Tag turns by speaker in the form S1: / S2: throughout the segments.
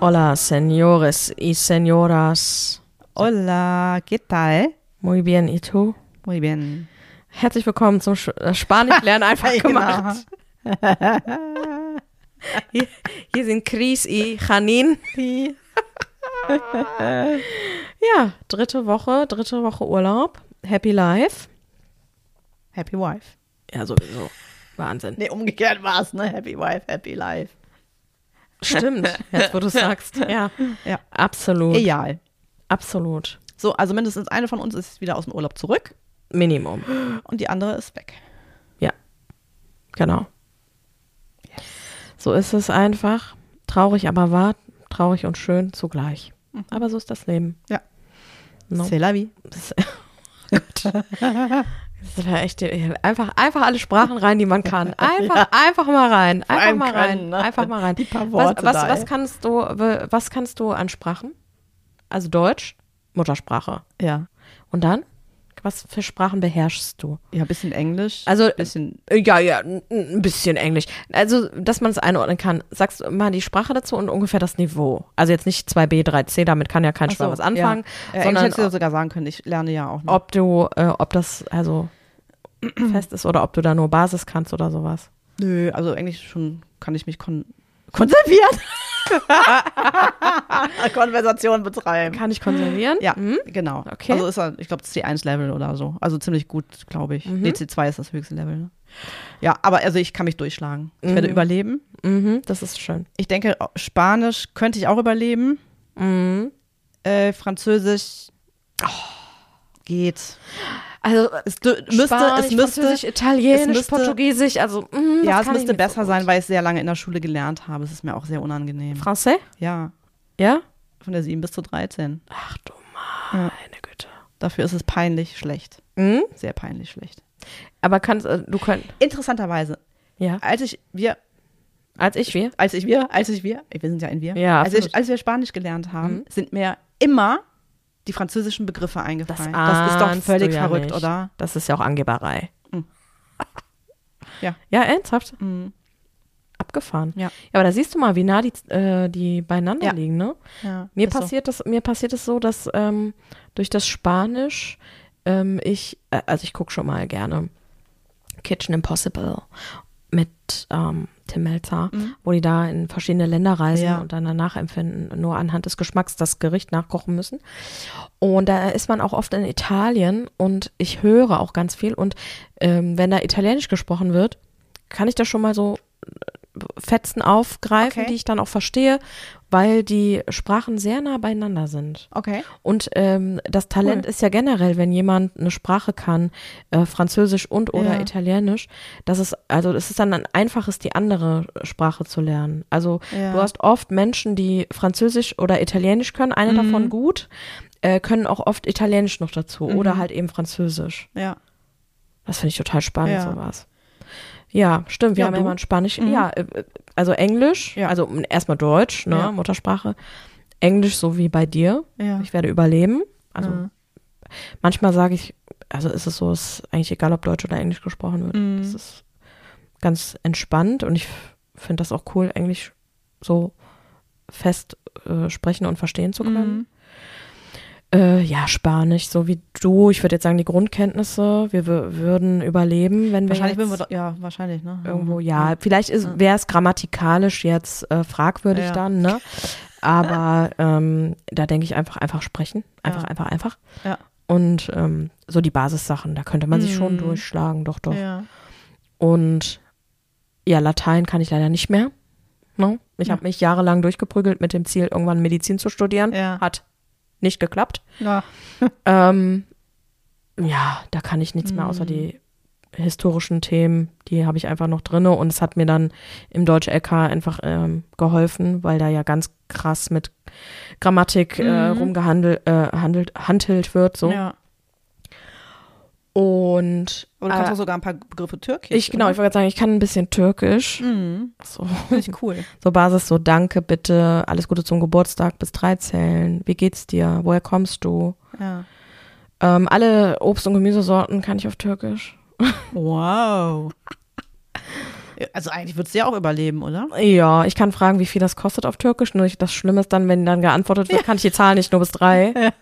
S1: Hola, señores y señoras.
S2: Hola, ¿qué tal?
S1: Muy bien, y tú?
S2: Muy bien.
S1: Herzlich willkommen zum Sch äh, Spanisch lernen einfach gemacht. Hier, hier sind Chris y Janine. Ja, dritte Woche, dritte Woche Urlaub. Happy Life.
S2: Happy Wife.
S1: Ja, sowieso. Wahnsinn.
S2: Nee, umgekehrt war es, ne? Happy Wife, Happy Life.
S1: Stimmt, jetzt wo du sagst. Ja.
S2: Ja.
S1: Absolut.
S2: Egal.
S1: Absolut.
S2: So, also mindestens eine von uns ist wieder aus dem Urlaub zurück
S1: Minimum.
S2: und die andere ist weg.
S1: Ja, genau. So ist es einfach. Traurig, aber wahr. Traurig und schön zugleich.
S2: Mhm.
S1: Aber so ist das Leben.
S2: Ja.
S1: No.
S2: C'est la vie.
S1: Das, oh Gott. Das war echt, einfach, einfach alle Sprachen rein, die man kann. Einfach, einfach mal rein. Einfach
S2: allem
S1: mal rein.
S2: können, ne?
S1: Einfach mal rein.
S2: Die paar Worte
S1: was, was,
S2: da,
S1: was
S2: ey.
S1: kannst du, was kannst du an Sprachen? Also Deutsch, Muttersprache.
S2: Ja.
S1: Und dann? Was für Sprachen beherrschst du?
S2: Ja, bisschen Englisch.
S1: Also,
S2: bisschen.
S1: Äh, Ja, ja, n- n- ein bisschen Englisch. Also, dass man es einordnen kann. Sagst du mal die Sprache dazu und ungefähr das Niveau. Also jetzt nicht 2b, 3c, damit kann ja kein Schwabe was anfangen,
S2: Ja. Äh, Englisch
S1: sondern
S2: hättest du ja sogar sagen können, ich lerne ja auch noch.
S1: ob du, äh, ob das also fest ist oder ob du da nur Basis kannst oder sowas.
S2: Nö, also Englisch schon kann ich mich kon konservieren. Konversation betreiben.
S1: Kann ich konservieren?
S2: Ja,
S1: Mhm.
S2: genau.
S1: Okay.
S2: Also ist er, ich glaube, C1-Level oder so. Also ziemlich gut, glaube ich.
S1: Mhm.
S2: Nee, C2 ist das höchste Level. Ne? Ja, aber also ich kann mich durchschlagen. Ich werde überleben.
S1: Mhm, das ist schön.
S2: Ich denke, oh, Spanisch könnte ich auch überleben.
S1: Mhm.
S2: Äh, Französisch oh, geht.
S1: Also,
S2: Es dü- müsste,
S1: Spanisch,
S2: es müsste,
S1: Französisch, Italienisch,
S2: müsste-
S1: Portugiesisch, also, mh, das kann
S2: ja, es
S1: ich
S2: müsste
S1: nicht so
S2: besser
S1: gut.
S2: sein, weil ich es sehr lange in der Schule gelernt habe. Es ist mir auch sehr unangenehm.
S1: Français?
S2: Ja,
S1: Ja?
S2: von der 7 bis zur 13.
S1: Ach du meine Güte.
S2: Dafür ist es peinlich schlecht.
S1: Mhm.
S2: Sehr peinlich schlecht.
S1: Aber kannst, äh, du könntest,
S2: Interessanterweise,
S1: ja,
S2: als ich, wir,
S1: als ich, wir?
S2: als ich wir, als ich wir, wir sind ja ein wir,
S1: Ja,
S2: als, ich,
S1: absolut. Mhm.
S2: als wir Spanisch gelernt haben, sind mir immer die französischen Begriffe eingefallen. ist doch
S1: ahnst
S2: völlig
S1: du ja
S2: verrückt,
S1: nicht.
S2: oder?
S1: Das ist ja auch Angeberei.
S2: Hm. Ja.
S1: Ja, ernsthaft?
S2: Mhm.
S1: Abgefahren.
S2: Ja.
S1: aber da siehst du mal, wie nah die, äh, die beieinander
S2: Ja.
S1: liegen, ne?
S2: Ja,
S1: Mir
S2: ist so.
S1: passiert das, mir passiert es so, dass ähm, durch das Spanisch ähm, ich, äh, also ich gucke schon mal gerne Kitchen Impossible mit ähm, Tim Melzer, wo die da in verschiedene Länder reisen
S2: Mhm. Ja.
S1: und dann danach empfinden, nur anhand des Geschmacks das Gericht nachkochen müssen. Und da ist man auch oft in Italien und ich höre auch ganz viel. Und ähm, wenn da Italienisch gesprochen wird, kann ich da schon mal so äh, Fetzen aufgreifen,
S2: Okay.
S1: die ich dann auch verstehe, weil die Sprachen sehr nah beieinander sind.
S2: Okay.
S1: Und ähm, das Talent ist ja generell, wenn jemand eine Sprache kann, äh, Französisch und oder
S2: Ja.
S1: Italienisch, das ist, also es ist dann ein einfaches, die andere Sprache zu lernen. Also
S2: Ja.
S1: du hast oft Menschen, die Französisch oder Italienisch können, eine
S2: Mhm.
S1: davon gut, äh, können auch oft Italienisch noch dazu oder halt eben Französisch.
S2: Ja.
S1: Das finde ich total spannend,
S2: Ja.
S1: sowas. Ja, stimmt. Wir
S2: Ja,
S1: haben
S2: du? Mhm.
S1: immer ein Spanisch. Ja, äh, also Englisch,
S2: Ja.
S1: also m- erstmal Deutsch, ne,
S2: Ja.
S1: Muttersprache. Englisch so wie bei dir.
S2: Ja.
S1: Ich werde überleben. Also
S2: Mhm.
S1: manchmal sage ich, also ist es so, es ist eigentlich egal, ob Deutsch oder Englisch gesprochen
S2: Mhm.
S1: wird. Das ist ganz entspannt und ich finde das auch cool, Englisch so fest äh, sprechen und verstehen zu
S2: Mhm.
S1: können. Äh, ja, Spanisch, so wie du. Ich würde jetzt sagen, die Grundkenntnisse. Wir wü- würden überleben, wenn wir
S2: Wahrscheinlich
S1: jetzt
S2: würden wir doch, ja, wahrscheinlich, ne?
S1: irgendwo, ja, vielleicht wäre es grammatikalisch jetzt äh, fragwürdig
S2: Mhm. Ja.
S1: dann, ne? Aber ähm, da denke ich einfach, einfach sprechen. Einfach,
S2: Ja.
S1: einfach, einfach.
S2: Ja.
S1: Und ähm, so die Basissachen, da könnte man sich schon
S2: Mhm.
S1: durchschlagen, doch, doch.
S2: Ja.
S1: Und ja, Latein kann ich leider nicht mehr. Ne? Ich habe mich jahrelang durchgeprügelt mit dem Ziel, irgendwann Medizin zu studieren.
S2: Ja.
S1: Hat nicht geklappt.
S2: Ja.
S1: Ähm, ja, da kann ich nichts mehr außer die
S2: Mhm.
S1: historischen Themen, die habe ich einfach noch drinne und es hat mir dann im Deutsch LK einfach ähm, geholfen, weil da ja ganz krass mit Grammatik äh, rumgehandelt äh, handelt, handelt wird so
S2: Mhm. ja.
S1: und
S2: Aber du kannst
S1: äh,
S2: auch sogar ein paar Begriffe türkisch.
S1: ich genau, ich wollte gerade sagen, ich kann ein bisschen Türkisch,
S2: Mhm.
S1: so,
S2: Finde ich cool.
S1: so Basis, so Danke, bitte, alles Gute zum Geburtstag, bis drei Zählen, wie geht's dir, woher kommst du?
S2: Ja.
S1: Ähm, alle Obst- und Gemüsesorten kann ich auf Türkisch.
S2: Wow. Also eigentlich würdest du ja auch überleben, oder?
S1: Ja, ich kann fragen, wie viel das kostet auf Türkisch. Nur ich, das Schlimme ist dann, wenn dann geantwortet wird, kann ich die Zahl nicht nur bis drei.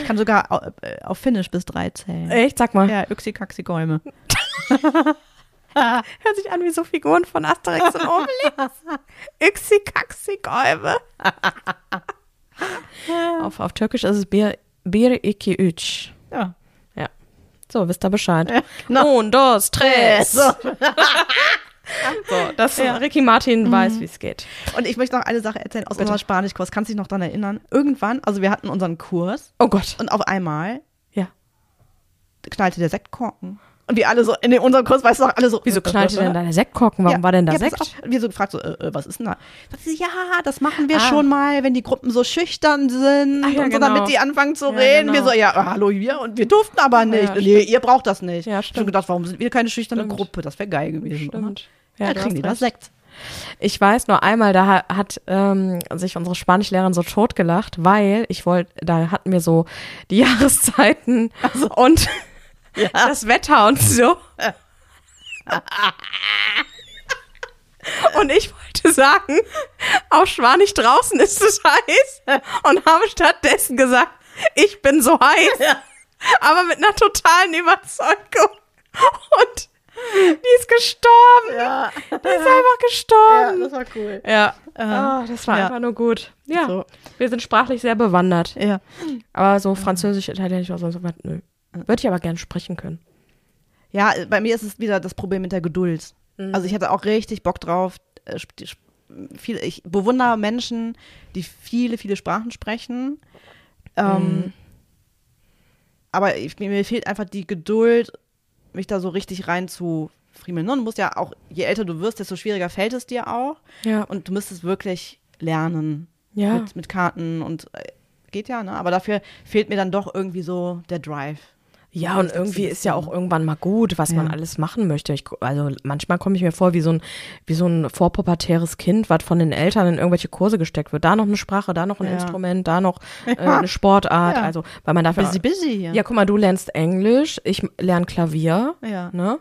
S2: Ich kann sogar au- äh, auf Finnisch bis drei zählen.
S1: Echt? Sag mal.
S2: Ja, Yxi, Kaxi, Gäume.
S1: Hört sich an wie so Figuren von Asterix und Obelix. Yxi, Kaxi, Gäube. auf, auf Türkisch ist es Bir, bir iki üç.
S2: Ja.
S1: So, wisst ihr Bescheid.
S2: genau.
S1: Un, dos, tres.
S2: So.
S1: So, das Ricky
S2: Mhm.
S1: Martin weiß, wie es geht.
S2: Und ich möchte noch eine Sache erzählen aus unserem Spanischkurs. Kannst du dich noch daran erinnern? Irgendwann, also wir hatten unseren Kurs
S1: Oh Gott.
S2: und auf einmal
S1: Ja.
S2: knallte der Sektkorken. Und wir alle so, in unserem Kurs, weißt du noch, alle so. äh,
S1: Wieso knallte denn da der Sektkorken? Warum
S2: Ja,
S1: war denn da
S2: ja, pass
S1: Sekt?
S2: auf. Und wir so gefragt, so, äh, äh, was ist denn da? Sagt sie, ja, das machen wir
S1: Ah.
S2: schon mal, wenn die Gruppen so schüchtern sind
S1: Ah, ja,
S2: und so,
S1: genau.
S2: damit die anfangen zu
S1: Ja,
S2: reden.
S1: genau.
S2: Wir so, ja, ah, hallo, wir und wir durften aber nicht.
S1: ja,
S2: nee, ihr braucht das nicht.
S1: Ja,
S2: ich hab
S1: stimmt.
S2: schon gedacht, warum sind wir keine schüchterne
S1: Stimmt.
S2: Gruppe? Das wäre geil gewesen. oder?
S1: Ja,
S2: Ja,
S1: du
S2: kriegen
S1: hast
S2: die das
S1: recht.
S2: Sekt.
S1: Ich weiß nur einmal, da ha- hat ähm, sich unsere Spanischlehrerin so totgelacht, weil ich wollte, da hatten wir so die Jahreszeiten und das Wetter und so. Und ich wollte sagen, auf Spanisch draußen ist es heiß und habe stattdessen gesagt, ich bin so heiß, aber mit einer totalen Überzeugung. Und die ist gestorben.
S2: Ja.
S1: Die ist einfach gestorben.
S2: war cool.
S1: Ja,
S2: Ah,
S1: Ah, das war
S2: ja.
S1: einfach nur gut. Ja,
S2: So.
S1: wir sind sprachlich sehr bewandert.
S2: Ja.
S1: Aber so Französisch, Italienisch oder so, was, nö. Würde ich aber gerne sprechen können.
S2: Ja, äh, bei mir ist es wieder das Problem mit der Geduld.
S1: Mhm.
S2: Also ich hatte auch richtig Bock drauf. äh, sp- die sp- Viele, ich bewundere Menschen, die viele, viele Sprachen sprechen. Ähm,
S1: Mhm.
S2: Aber ich, mir- mir fehlt einfach die Geduld, mich da so richtig rein zu friemeln. Ne? Und du musst ja auch, je älter du wirst, desto schwieriger fällt es dir auch.
S1: Ja.
S2: Und du müsstest wirklich lernen
S1: Ja.
S2: mit, mit Karten und äh, geht ja, ne? Aber dafür fehlt mir dann doch irgendwie so der Drive.
S1: Ja, und irgendwie ist ja auch irgendwann mal gut, was man
S2: Ja.
S1: alles machen möchte. Ich, gu- also manchmal komme ich mir vor wie so ein, wie so ein vorpubertäres Kind, was von den Eltern in irgendwelche Kurse gesteckt wird. Da noch eine Sprache, da noch ein
S2: Ja.
S1: Instrument, da noch äh, eine Sportart.
S2: Ja.
S1: Also, weil man dafür.
S2: Busy, busy hier.
S1: Ja, guck mal, du lernst Englisch, ich lerne Klavier.
S2: Ja.
S1: Ne?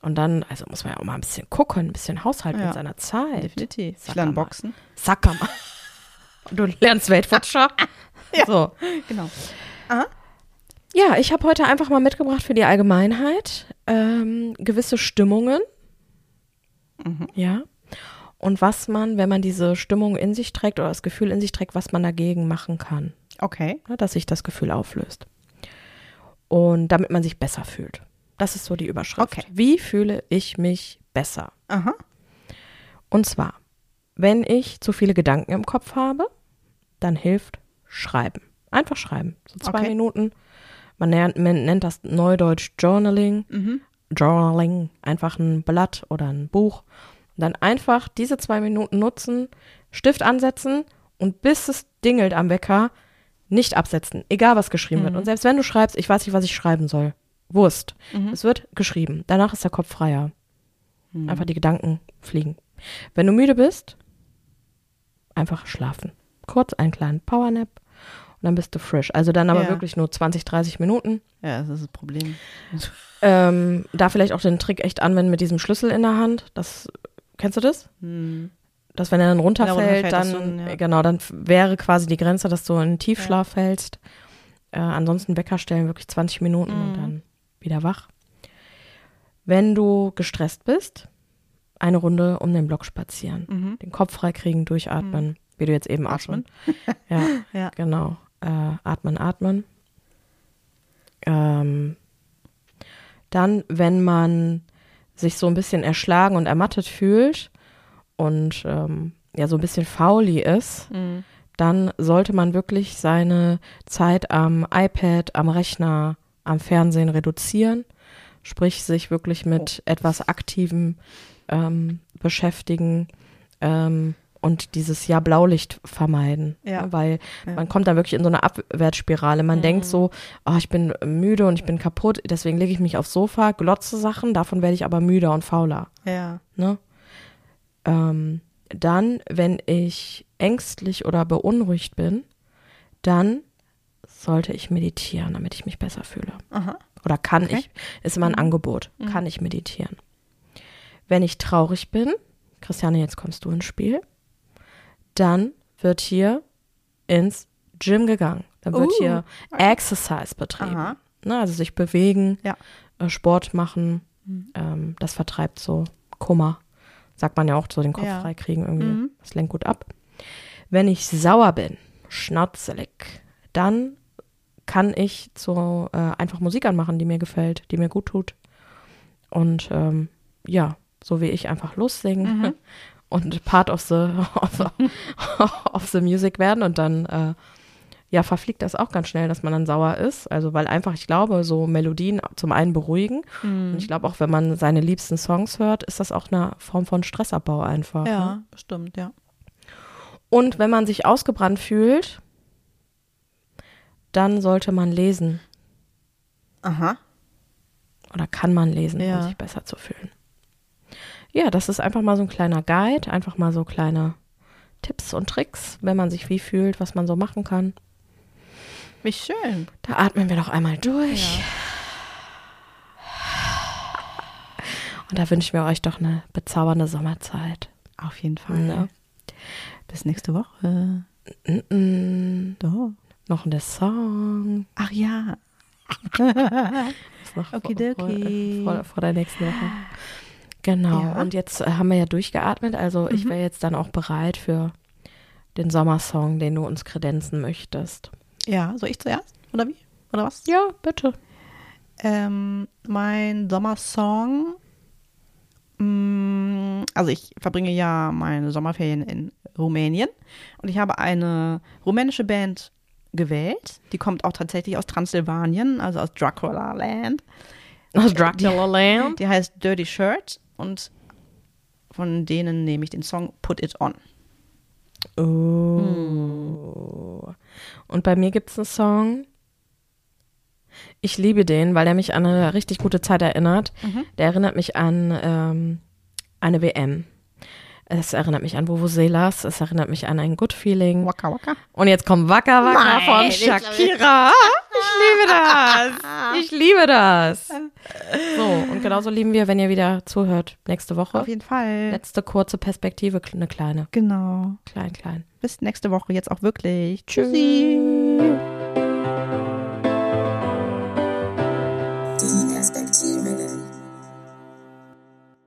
S1: Und dann, also muss man ja auch mal ein bisschen gucken, ein bisschen Haushalten
S2: Ja.
S1: mit seiner Zeit.
S2: Definitiv. Ich
S1: Sag
S2: lerne
S1: mal.
S2: Boxen.
S1: Sag mal. Du lernst Weltwirtschaft. So.
S2: Genau.
S1: Ja, ich habe heute einfach mal mitgebracht für die Allgemeinheit ähm, gewisse Stimmungen.
S2: Mhm.
S1: Ja. Und was man, wenn man diese Stimmung in sich trägt oder das Gefühl in sich trägt, was man dagegen machen kann,
S2: Okay.
S1: ne, dass sich das Gefühl auflöst. Und damit man sich besser fühlt. Das ist so die Überschrift.
S2: Okay.
S1: Wie fühle ich mich besser?
S2: Aha.
S1: Und zwar, wenn ich zu viele Gedanken im Kopf habe, dann hilft Schreiben. Einfach schreiben. So zwei
S2: Okay.
S1: Minuten. Man nennt, man nennt das Neudeutsch Journaling.
S2: Mhm.
S1: Journaling. Einfach ein Blatt oder ein Buch. Und dann einfach diese zwei Minuten nutzen, Stift ansetzen und bis es dingelt am Wecker, nicht absetzen. Egal, was geschrieben wird. Und selbst wenn du schreibst, ich weiß nicht, was ich schreiben soll. Wurst. Es wird geschrieben. Danach ist der Kopf freier. Einfach die Gedanken fliegen. Wenn du müde bist, einfach schlafen. Kurz einen kleinen Powernap und dann bist du frisch. Also dann aber
S2: Ja.
S1: wirklich nur 20, 30 Minuten.
S2: Ja, das ist das Problem.
S1: Ähm, da vielleicht auch den Trick echt anwenden mit diesem Schlüssel in der Hand. Das kennst du das?
S2: Mhm.
S1: Dass wenn er dann runterfällt,
S2: runterfällt,
S1: dann
S2: dass du ihn, ja.
S1: genau, dann f- wäre quasi die Grenze, dass du in den Tiefschlaf fällst. Äh, ansonsten Wecker stellen, wirklich 20 Minuten und dann wieder wach. Wenn du gestresst bist, eine Runde um den Block spazieren.
S2: Mhm.
S1: Den Kopf freikriegen, durchatmen, wie du jetzt eben auch schon. Ja,
S2: Ja.
S1: genau. Äh, atmen, atmen. Ähm, dann, wenn man sich so ein bisschen erschlagen und ermattet fühlt und ähm, ja so ein bisschen fauli ist,
S2: Mhm.
S1: dann sollte man wirklich seine Zeit am iPad, am Rechner, am Fernsehen reduzieren. Sprich, sich wirklich mit
S2: Oh.
S1: etwas Aktivem ähm, beschäftigen ähm, und dieses Ja Blaulicht vermeiden.
S2: Ja. Mhm.
S1: Ne, Weil man kommt dann wirklich in so eine Abwärtsspirale. Man denkt so, ah, ich bin müde und ich bin kaputt, deswegen lege ich mich aufs Sofa, glotze Sachen, davon werde ich aber müder und fauler.
S2: Ja.
S1: Ne? Ähm, dann, wenn ich ängstlich oder beunruhigt bin, dann sollte ich meditieren, damit ich mich besser fühle.
S2: Aha.
S1: Oder kann
S2: Okay. Mhm.
S1: ich, ist immer ein Angebot, kann ich meditieren. Wenn ich traurig bin, Christiane, jetzt kommst du ins Spiel, dann wird hier ins Gym gegangen. Dann wird
S2: Uh,
S1: hier Exercise betrieben.
S2: Aha.
S1: Ne, also sich bewegen,
S2: Ja. Mhm.
S1: äh, Sport machen. Ähm, das vertreibt so Kummer. Sagt man ja auch, so den Kopf
S2: Ja.
S1: freikriegen irgendwie. Das lenkt gut ab. Wenn ich sauer bin, schnauzelig, dann kann ich so äh, einfach Musik anmachen, die mir gefällt, die mir gut tut. Und ähm, ja, so wie ich einfach lossingen und Part of the, of, of the Music werden und dann äh, ja, verfliegt das auch ganz schnell, dass man dann sauer ist. Also, weil einfach, ich glaube, so Melodien zum einen beruhigen
S2: Mhm.
S1: und ich glaube auch, wenn man seine liebsten Songs hört, ist das auch eine Form von Stressabbau einfach. Ne?
S2: Ja, stimmt, ja.
S1: Und wenn man sich ausgebrannt fühlt, dann sollte man lesen
S2: Aha.
S1: oder kann man lesen, um
S2: Ja.
S1: sich besser zu fühlen. Ja, das ist einfach mal so ein kleiner Guide, einfach mal so kleine Tipps und Tricks, wenn man sich wie fühlt, was man so machen kann.
S2: Wie schön.
S1: Da atmen wir noch einmal durch. Und da wünschen wir euch doch eine bezaubernde Sommerzeit.
S2: Auf jeden Fall.
S1: Ne?
S2: Bis nächste Woche.
S1: Mm-mm.
S2: Doch.
S1: Noch der Song.
S2: Ach ja.
S1: Ist noch
S2: Okidoki.
S1: Vor, vor, vor der nächsten Woche. Genau.
S2: Ja. Mhm.
S1: Und jetzt äh, haben wir ja durchgeatmet. Also ich wäre jetzt dann auch bereit für den Sommersong, den du uns kredenzen möchtest.
S2: Ja, soll ich zuerst? Oder wie? Oder was?
S1: Ja, bitte.
S2: Ähm, mein Sommersong. Mm, Also ich verbringe ja meine Sommerferien in Rumänien und ich habe eine rumänische Band gewählt. Die kommt auch tatsächlich aus Transsilvanien, also aus Dracula Land.
S1: Aus Dracula Land.
S2: Die heißt Dirty Shirt und von denen nehme ich den Song Put It On.
S1: Oh. Und bei mir gibt es einen Song. Ich liebe den, weil er mich an eine richtig gute Zeit erinnert.
S2: Mhm.
S1: Der erinnert mich an ähm, eine WM. Es erinnert mich an Vuvuzelas, es erinnert mich an ein Good Feeling.
S2: Waka Waka.
S1: Und jetzt kommt Waka Waka
S2: Nein,
S1: von
S2: ich glaub-
S1: Shakira. Ich liebe das. Ich liebe das. So, und genauso lieben wir, wenn ihr wieder zuhört. Nächste Woche.
S2: Auf jeden Fall.
S1: Letzte kurze Perspektive, kle- eine kleine.
S2: Genau.
S1: Klein, klein.
S2: Bis nächste Woche jetzt auch wirklich. Tschüssi.
S1: Tschüssi.